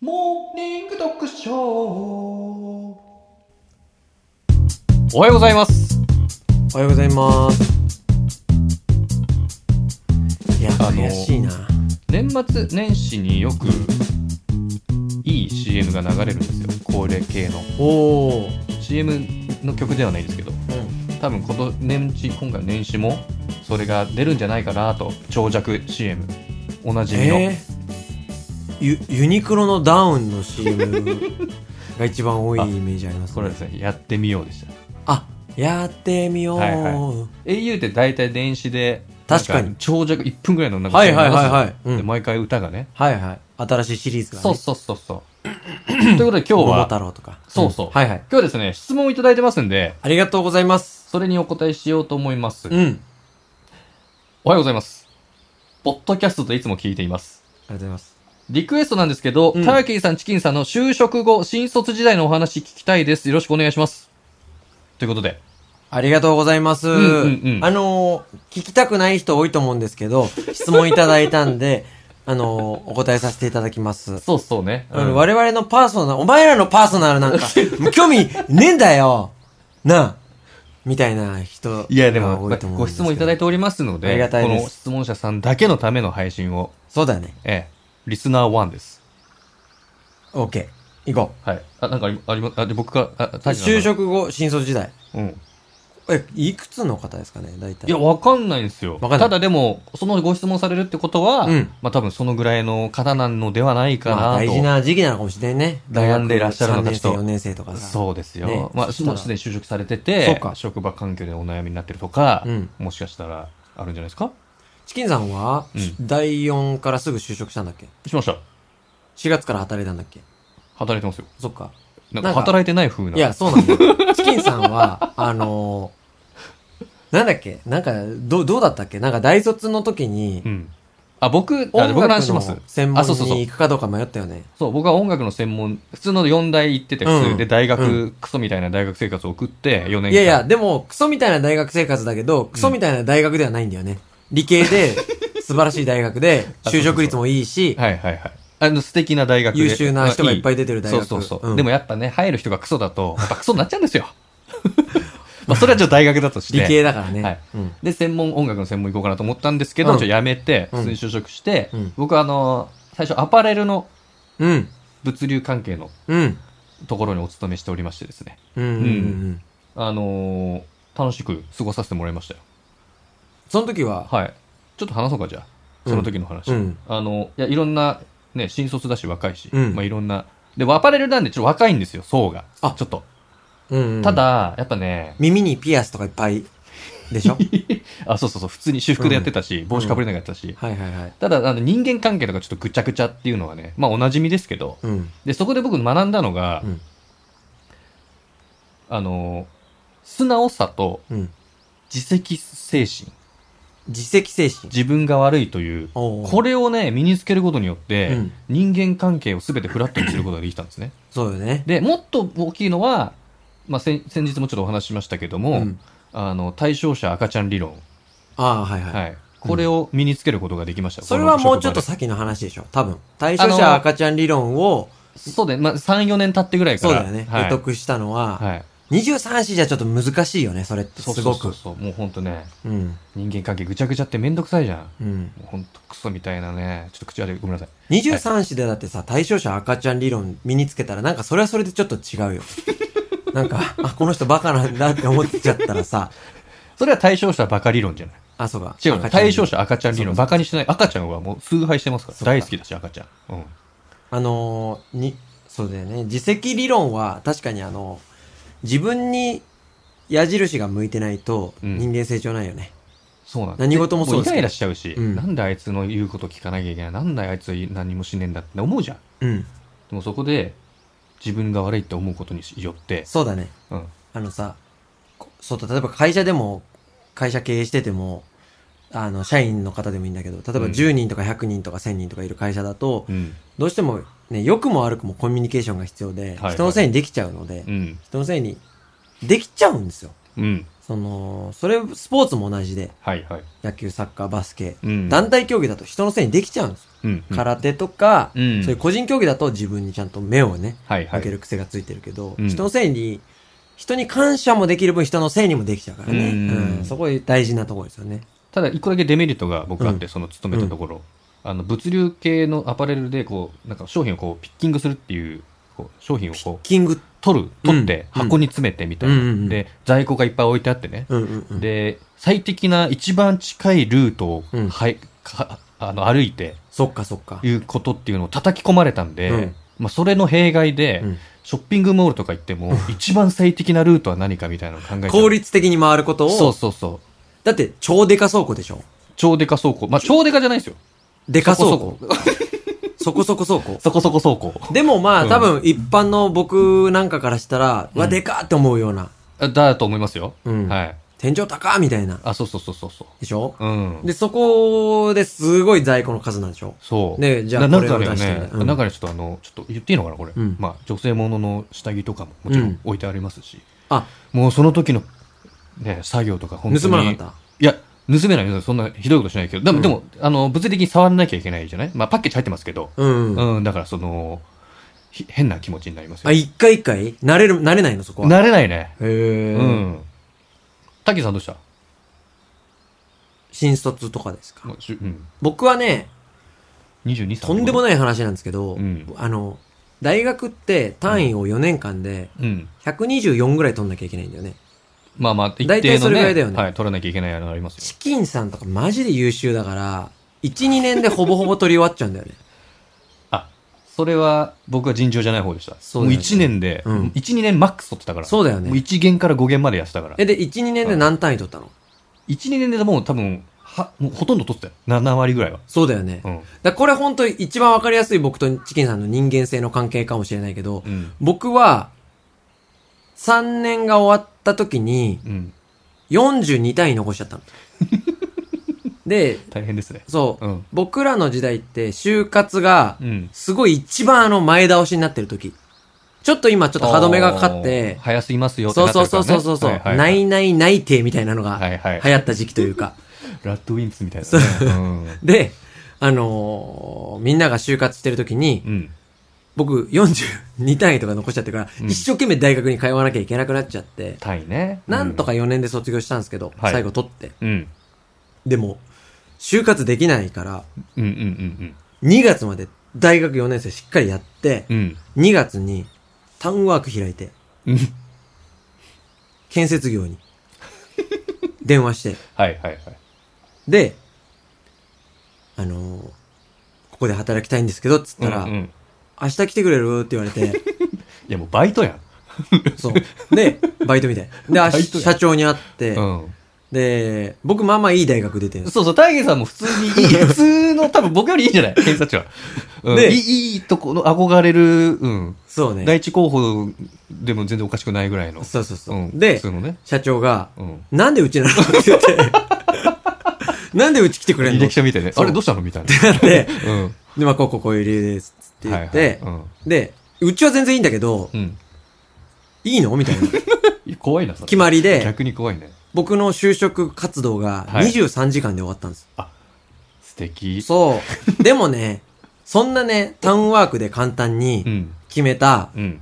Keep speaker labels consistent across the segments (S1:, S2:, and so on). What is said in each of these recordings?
S1: モーニング読書
S2: おはようございます。
S3: おはようございます。いや、
S2: あの
S3: 悔しいな。
S2: 年末年始によくいい CM が流れるんですよ。恒例系の
S3: おお、
S2: CM の曲ではないですけど、多分今年年始今回の年始もそれが出るんじゃないかなと長尺 CM おなじみの、
S3: えー、ユユニクロのダウンの CM が一番多いイメージあります、ね。
S2: これはですねやってみようでした。
S3: あ、やってみよう。
S2: はいは
S3: は
S2: au って大体電子で
S3: 確かに
S2: なん長尺1分ぐらいのなんか
S3: いはいはいはい。う
S2: で
S3: ん、
S2: 毎回歌がね。
S3: はいはい。新しいシリーズが、ね。
S2: そうそうそう そう。ということで今日
S3: 桃
S2: は
S3: 太郎とか。
S2: そうそう
S3: はいはい。
S2: 今日はですね質問をいただいてますんで
S3: ありがとうございます。
S2: それにお答えしようと思います。
S3: うん。
S2: おはようございます。ポッドキャストでいつも聞いています。
S3: ありがとうございます。
S2: リクエストなんですけど、
S3: うん
S2: ターキーさん、チキンさんの就職後、新卒時代のお話聞きたいです。よろしくお願いします。ということで。
S3: ありがとうございます。
S2: んうんうん
S3: あのー聞きたくない人多いと思うんですけど、質問いただいたんで、あのーお答えさせていただきます。
S2: そうそうね。
S3: あの
S2: うん
S3: 我々のパーソナル、お前らのパーソナ ルなんか、もう興味ねえんだよなあみたいな人が多いと思うんですけど。
S2: いや、でも、ご質問いただい
S3: て。
S2: ておりますので、
S3: ありがたいです
S2: この質問者さんだけのための配信を、
S3: そうだね。
S2: ええ、リスナー1です。
S3: OK。行こ
S2: はい。あ、なんかありあります、あ、で、僕が、あ、
S3: う。
S2: ターキー
S3: 就
S2: さん
S3: 職後、新卒時代。
S2: が。うん。
S3: え、いくつの方ですかね大体。
S2: いや、わかんないんですよ。
S3: わかんない
S2: ただでも、そのご質問されるってことは、
S3: うん
S2: まあ多分そのぐらいの方なのではないかなと。
S3: まあ、大事な時期なのかもしれないね。大学
S2: 悩んでいらっしゃるの
S3: 3
S2: か
S3: 年
S2: ちょっ
S3: 生、
S2: と
S3: 4年生とかさ。
S2: そうですよ、
S3: ね
S2: まあ、もうすで
S3: そした
S2: に
S3: ら
S2: 就職されて
S3: そ
S2: て
S3: うか
S2: 職場環境でお悩みになってるとか、
S3: うん
S2: もしかしたらあるんじゃないですか
S3: チキンさんは、
S2: うん
S3: 第4からすぐ就職したんだっけ
S2: しました
S3: ?4 月から働いたんだっけ
S2: 働いてますよ
S3: そっか。
S2: なんか
S3: なんか
S2: 働いてない風ない
S3: や、そうなんだ よ。チキンさんは、あのーなんだっけなんか、どう、どうだったっけなんか大卒の時に
S2: う、んあ僕あ
S3: 音
S2: 僕
S3: 楽
S2: 話します
S3: の専
S2: あ
S3: 門
S2: そうそうそう
S3: に行くかどうか迷ったよね。
S2: そう僕は音楽の専門普通の4大行ってて普通、
S3: うん
S2: で大学、
S3: う
S2: クソみたいな大学生活を送って4年間
S3: いやいや、でも、クソみたいな大学生活だけど、クソみたいな大学ではないんだよね。理 系で、素晴らしい大学で、
S2: あそうそうそう
S3: 就職率もいいし、
S2: はいはいはいあの素敵な大学で
S3: 優秀な人がいっぱい出てる
S2: まあ
S3: 大
S2: いい
S3: 学。
S2: そうそうそう、
S3: ん
S2: でもやっぱね入る人がクソだとやっぱクソになっちゃうんですよ まあそれはちょっと大学だとして
S3: 理系だからね。
S2: はい
S3: うん
S2: で専門音楽の専門行こうかなと思ったんですけど、
S3: うん
S2: ちょっとやめて
S3: うん
S2: 普通に就職して、
S3: うん
S2: 僕はあの最初アパレルの
S3: うん。
S2: 物流関係の
S3: うん。
S2: ところにお勤めしておりましてですね
S3: うんうんうんうん。
S2: あのー楽しく過ごさせてもらいましたよ
S3: その時は、
S2: はいちょっと話そうかじゃあその時の話、
S3: うん
S2: あのいやいろんなね新卒だし若いし、
S3: うん
S2: まあいろんなでアパレルなんでちょっと若いんですよ層が
S3: あ
S2: ちょっと
S3: うんうん
S2: た、だやっぱね
S3: 耳にピアスとかいっぱいでしょ
S2: あそうそうそう普通に私服でやってたし、帽子かぶれなかったし、
S3: はいはいはい。
S2: ただあの人間関係とかちょっとぐちゃぐちゃっていうのはねまあおなじみですけど、
S3: うん。
S2: でそこで僕学んだのが、
S3: うん
S2: あの素直さと
S3: うん。
S2: 自責精神
S3: 自責精神。
S2: 自分が悪いという
S3: おうおう
S2: これをね身につけることによって、
S3: うん
S2: 人間関係を全てフラットにすることができたんですね
S3: そうよね。
S2: でもっと大きいのは、まあ、先先日もちょっとお話ししましたけど
S3: う
S2: も、
S3: ん。
S2: あの対象者赤ちゃん理論、
S3: ああ、はいはい。
S2: はい、これを身につけることができました、
S3: それはもうちょっ
S2: この
S3: と
S2: 職場
S3: 先の話でしょ。多分。対
S2: あ
S3: 象
S2: の
S3: 者赤ちゃん理論を、
S2: でそうだね、まあ、34年経ってぐらいか
S3: そう
S2: ら
S3: だよね。
S2: はい
S3: 得得したのは、
S2: はい、
S3: 23子じゃちょっと難しいよね、それって。
S2: そう
S3: す
S2: そう
S3: ご
S2: そう
S3: く。
S2: そうもう本当ね
S3: うん。
S2: 人間関係ぐちゃぐちゃってめんどくさいじゃん
S3: うん。
S2: もうほんとクソみたいなね。ちょっと口悪い。ごめんなさい。
S3: 23子でだってさ、対象者赤ちゃん理論身につけたら、なんかそれはそれでちょっと違 うよ。なんか、あ、この人バカなんだって思っちゃったら さ、
S2: それは対象者バカ理論じゃない。
S3: あ、そうか。
S2: 違うの。
S3: 赤ちゃん
S2: 対
S3: 理論
S2: 象者赤ちゃん理論。バカにしてない。赤ちゃんはもう崇拝してますから。
S3: そうか
S2: 大好きだし、赤ちゃん。うん。
S3: あのーに、そうだよね。自責理論は確かにあの、自分に矢印が向いてないと
S2: うん
S3: 人間成長ないよね。
S2: そうなんだ
S3: 何事もそう
S2: で
S3: ですけど
S2: イライラしちゃうし、
S3: うん
S2: なんであいつの言うこと聞かなきゃいけない。なんであいつ何もしねえんだって思うじゃん。
S3: うん。
S2: でもそこで、自分が悪いって思うことによって、
S3: そうだね。
S2: うん。
S3: あのさ、こそうだ、例えば会社でも、会社経営してても、あの、社員の方でもいいんだけど、例えば
S2: うん
S3: 10人とか100人とか1000人とかいる会社だと、
S2: うん。
S3: どうしてもね、良くも悪くもコミュニケーションが必要で、
S2: はいはい
S3: 人のせいにできちゃうので、
S2: うん。
S3: 人のせいにできちゃうんですよ。
S2: うん。
S3: そその、それ、スポーツも同じで、
S2: はいはい。
S3: 野球、サッカー、バスケ、
S2: うん
S3: 団体競技だと人のせいにできちゃうんです。
S2: うん。
S3: 空手とか、
S2: う
S3: そうんいう個人競技だと自分にちゃんと目をね、
S2: はいは
S3: 向け
S2: い。
S3: る癖がついてるけど、
S2: うん
S3: 人のせいに、人に感謝もできる分人のせいにもできちゃうからね。
S2: う
S3: うんんそこ大事なところですよね。
S2: ただ、一個だけデメリットが僕あって、
S3: う
S2: その勤めたところ、あの、物流系のアパレルで、こう、なんか商品をこう、ピッキングするっていう、こう商品をこう、
S3: キング、
S2: 取る、取って、
S3: うん
S2: 箱に詰めてみたいな、
S3: うんうんうん
S2: で、在庫がいっぱい置いてあってね。
S3: うんうんうん。
S2: で、最適な一番近いルートを、
S3: うん
S2: はい、かあの、歩いて、
S3: そっかそっか。
S2: いうことっていうのを叩き込まれたんで、
S3: うん
S2: まあ、それの弊害で、
S3: うん
S2: ショッピングモールとか行っても、一番最適なルートは何かみたいなのを考えて。
S3: 効率的に回ることを、
S2: そうそうそう。
S3: だって超デカ倉庫でしょ。
S2: 超デカ倉庫。まあ、超デカじゃないですよ。
S3: デカ倉庫。
S2: そ
S3: そ こそこ倉庫。
S2: そこそこ倉庫。
S3: でもまあ、
S2: うん
S3: 多分一般の僕なんかからしたら、
S2: う
S3: うわ、
S2: ん
S3: でかって思うような。
S2: だと思いますよ。
S3: うん
S2: はい。
S3: 天井高みたいな。
S2: あ、そうそうそうそうそ
S3: でしょ
S2: う。うん。
S3: で、そこですごい在庫の数なんでしょ
S2: そう。
S3: ねじゃあ
S2: な
S3: これを
S2: なんか
S3: 出して
S2: ね、
S3: うん
S2: なんかね、ちょっとあの、ちょっと言っていいのかな、これ。
S3: うん
S2: まあ、女性ものの下着とかももちろ
S3: うんん
S2: 置いてありますし、
S3: あ、
S2: もうその時の、ね、作業とか本当に。
S3: 盗まなかった。
S2: いや、盗めないよ。そんなひどいことしないけど、でも、
S3: うん
S2: でも、あの、物理的に触らなきゃいけないじゃないまあ、パッケージ入ってますけど、
S3: うん。
S2: うん、だからその、ひ変な気持ちになります
S3: あ、
S2: よ。
S3: 一回一回慣れる、慣れないのそこは。
S2: 慣れないね。
S3: へー
S2: うん。タキさんどうした
S3: 新卒とかですか
S2: も。うしゅうん。
S3: 僕はね、
S2: 22歳。
S3: とんでも
S2: ない。
S3: ない話なんですけど、
S2: うん
S3: あの、大学って単位を4年間で
S2: うん。
S3: 124ぐらい取んなきゃいけないんだよね。
S2: まあまあ、一定の、ね、
S3: 大体それぐらいだよね
S2: はい、取らなきゃいけないのありますよ。
S3: チキンさんとかマジで優秀だから、1、2年でほぼほぼ取り終わっちゃうんだ よね。
S2: あ、それは僕は尋常じゃない方でした。
S3: そうだ
S2: も
S3: よね
S2: う1年で、
S3: うん
S2: 1、2年マックス取ってたから。
S3: そうだよ
S2: もう
S3: ね。
S2: 1限から5限までやってたから。
S3: え、で、1、2年で何単位取ったの
S2: 1、2年でもう多分、は、もうほとんど取ってたよ。7割ぐらいは。
S3: そうだよね。
S2: うん。
S3: だこれ本当に一番わかりやすい僕とチキンさんの人間性の関係かもしれないけど、
S2: うん。
S3: 僕は、3年が終わった時に、
S2: うん。
S3: 42単位残しちゃっ たの。で、
S2: 大変ですね。
S3: そう、
S2: うん。
S3: 僕らの時代って、就活が
S2: う、ん。
S3: すごい一番あの前倒しになってる時。ちょっと今ちょっと歯止めがかかって
S2: おー、早すぎますよって
S3: そ
S2: な
S3: う
S2: って
S3: そう
S2: るか
S3: そ
S2: ら
S3: う
S2: ね
S3: そうそうそう、
S2: はいはい
S3: ないないないてみたいなの
S2: は
S3: が
S2: いはい。
S3: 流行った時期というか。
S2: ラッドウィンプスみたいなね。
S3: で、あのーみんなが就活してる時に、
S2: うん。うん。
S3: 僕42単位とか残しちゃってるから、
S2: うん
S3: 一生懸命大学に通わなきゃいけなくなっちゃって、
S2: タイね。
S3: なんとか4年で卒業したんですけど、
S2: はい
S3: 最後取って。
S2: うん。うん。
S3: でも、就活できないから、
S2: うんうんうん
S3: 2月まで大学4年生しっかりやって、
S2: うん。うん。
S3: 2月にタウンワーク開いて、
S2: うん
S3: 建設業に電話して、
S2: はいはいはい。
S3: で、あのーここで働きたいんですけど、つったら、
S2: うんうん
S3: 明日来てくれるって言われて、
S2: いやもうバイトやん。
S3: そう。で、バイトみたい。で、あ
S2: バイトや
S3: 社長に会って、
S2: うん。
S3: で、僕まあまあいい大学出てるんです。
S2: そうそう、タイゲさんも普通に いい、普通の、多分僕よりいいんじゃない偏差値は。うん
S3: で
S2: いい、いいとこの憧れる、うん。
S3: そうね。
S2: 第一候補でも全然おかしくないぐらいの。
S3: そうそうそう。
S2: ん。普
S3: で、
S2: 通のね。
S3: 社長が、
S2: うん。
S3: なんでうちなのって言って、 なんでうち来てくれん
S2: 履
S3: のっ
S2: 歴
S3: て
S2: 書見てね。
S3: そう
S2: あれどうしたのみたい
S3: なって、
S2: な。うん。
S3: で、まあこうこうこういう理由ですって言って、
S2: はいはい
S3: で、うちは全然いいんだけど、
S2: うん。
S3: いいのみたいな。
S2: うん怖いな、それ。
S3: 決まりで、
S2: 逆に怖いね。
S3: 僕の就職活動が
S2: はい
S3: 23時間で終わったんです。
S2: 素敵。
S3: そう。でもね、そんなね、タウンワークで簡単
S2: う
S3: に
S2: ん。
S3: 決めた
S2: うん。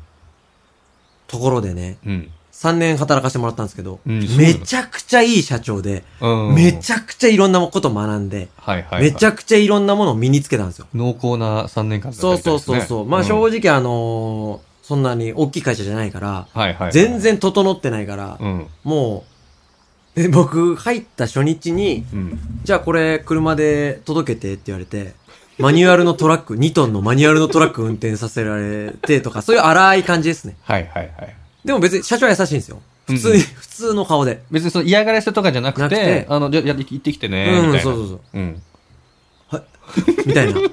S3: ところでね、
S2: うん。
S3: 3年働かせてもらったんですけど、
S2: うんそうな
S3: め
S2: の
S3: ちゃくちゃいい社長で、
S2: うん。
S3: めちゃくちゃいろんなこと学んで、
S2: はいはいはい。
S3: めち
S2: ゃ
S3: ゃくちゃいろんなものを身につけたんですよ。
S2: 濃厚な3年間だった
S3: そう
S2: みたい
S3: そう
S2: です
S3: そ
S2: ね
S3: うそう。まあ正直あのーそんなに大きい会社じゃないから、
S2: うんはいはい。
S3: 全。然整ってないから
S2: う、ん。
S3: もう、で僕入った初日に、
S2: うん。
S3: じゃあこれ車で届けてって言われて、マニュアルのトラック、2トン のマニュアルのトラック運転させられてとか、そういう荒い感じですね。
S2: はいはいはい。
S3: でも別に社長は優しいんですよ。普通
S2: う
S3: に、
S2: ん
S3: 普通の顔で。
S2: 別にその嫌がらせとかじゃなく
S3: な
S2: て
S3: くて、
S2: あの、じゃあや行ってきてね、み
S3: うん、
S2: たい
S3: そう
S2: な。
S3: そうそう。
S2: うん。
S3: みたいな。ま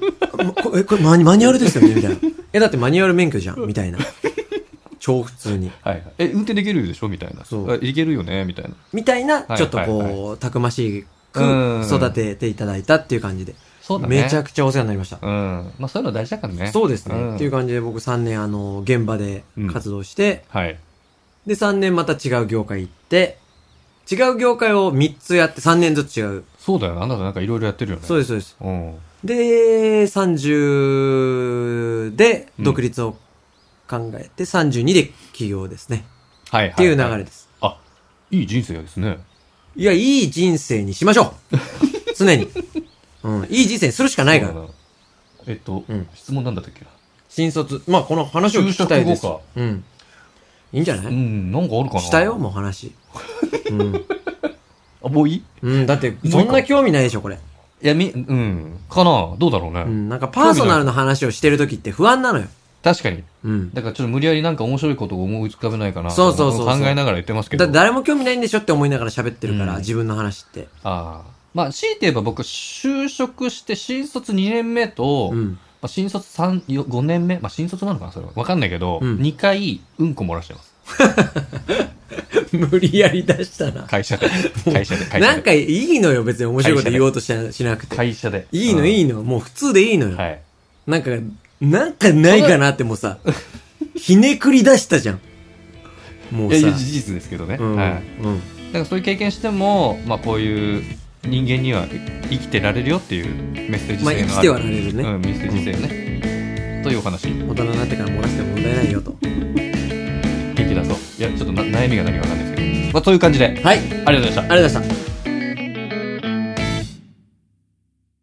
S3: こえ、これマニマニュアルですよねみたいな。え、だってマニュアル免許じゃんみたいな。超普通に。
S2: はいはい。え、運転できるでしょみたいな。
S3: そう
S2: あいけるよねみたいな。
S3: みたいな、
S2: い
S3: ちょっとこう、
S2: はい
S3: たくまし
S2: うん
S3: く育てていただいたっていう感じで。
S2: そうだね。
S3: めちゃくちゃお世話になりました。
S2: うん。まあそういうの大事だからね。
S3: そうですね、
S2: ん
S3: っていう感じで僕3年あの、現場で活動して、
S2: はい。
S3: で3年また違う業界行って、違う業界を3つやって3年ずつ違う。
S2: そうだよな。あなたなんかいろいろやってるよね。
S3: そう
S2: う
S3: です、そうです。
S2: ん。
S3: で、30で
S2: うん
S3: 独立を考えて、32で起業ですね。
S2: はい、はい。
S3: っていう流れです。
S2: あ、いい人生ですね。
S3: いや、いい人生にしましょう常に。うん、いい人生にするしかないか
S2: そう
S3: ら。
S2: だなえっと、
S3: うん
S2: 質問なんだったっけな
S3: 新卒。まあ、この話を聞きたいで
S2: 就
S3: す。
S2: 職後
S3: うん。いいんじゃな
S2: う
S3: い
S2: ん、なんかあるかな
S3: したよ、もう話。うん。
S2: あ、 もういい
S3: うん、だって、そんな興味ないでしょ、これ。
S2: いや、み、うん。かなどうだろうね。
S3: うん、なんかパーソナルの話をしてるときって不安なのよ。
S2: 確かに。
S3: うん。
S2: だからちょっと無理やりなんか面白いことを思い浮かべないかな。
S3: そうそうそうそ
S2: 考
S3: う
S2: えながら言ってますけ
S3: だ
S2: ど。
S3: って誰も興味ないんでしょって思いながら喋ってるから、
S2: うん
S3: 自分の話って。
S2: ああ。まあ、強いて言えば僕、就職して新卒2年目と、
S3: う
S2: ま
S3: ん。
S2: あ、新卒3、よ5年目まあ、新卒なのかなそれは。わかんないけど、
S3: うん
S2: 2回、うんこ漏らしてます。
S3: 無理やり出した な。
S2: 会 社で。会社で。会社
S3: な
S2: で
S3: ん。かいいのよ、別に面白いこと言おうとしなしなくて。
S2: 会社で。
S3: いいの、いいの。もう普通でいいのよ。
S2: のはい。
S3: なんか、なんかないかなっても うさ、ひねくり出したじゃん。も
S2: い
S3: う
S2: や、
S3: さ
S2: いや。事実ですけどね。
S3: うん。う
S2: はい。だ
S3: ん。
S2: からそういう経験しても、まあ、こういう人間には生きてられるよっていうメッセージ
S3: まあ、
S2: 性
S3: 生
S2: の
S3: き
S2: あ
S3: て
S2: る、
S3: はられるね。
S2: うん、メッセージ性ね、というお話
S3: 大人になってから漏らしても問題ないよと。
S2: 元気だそういやちょっとな悩みが何かわかんないですけど、まあ、という感じで
S3: はい。あ
S2: あ
S3: り
S2: りがとうございました
S3: がとうございました。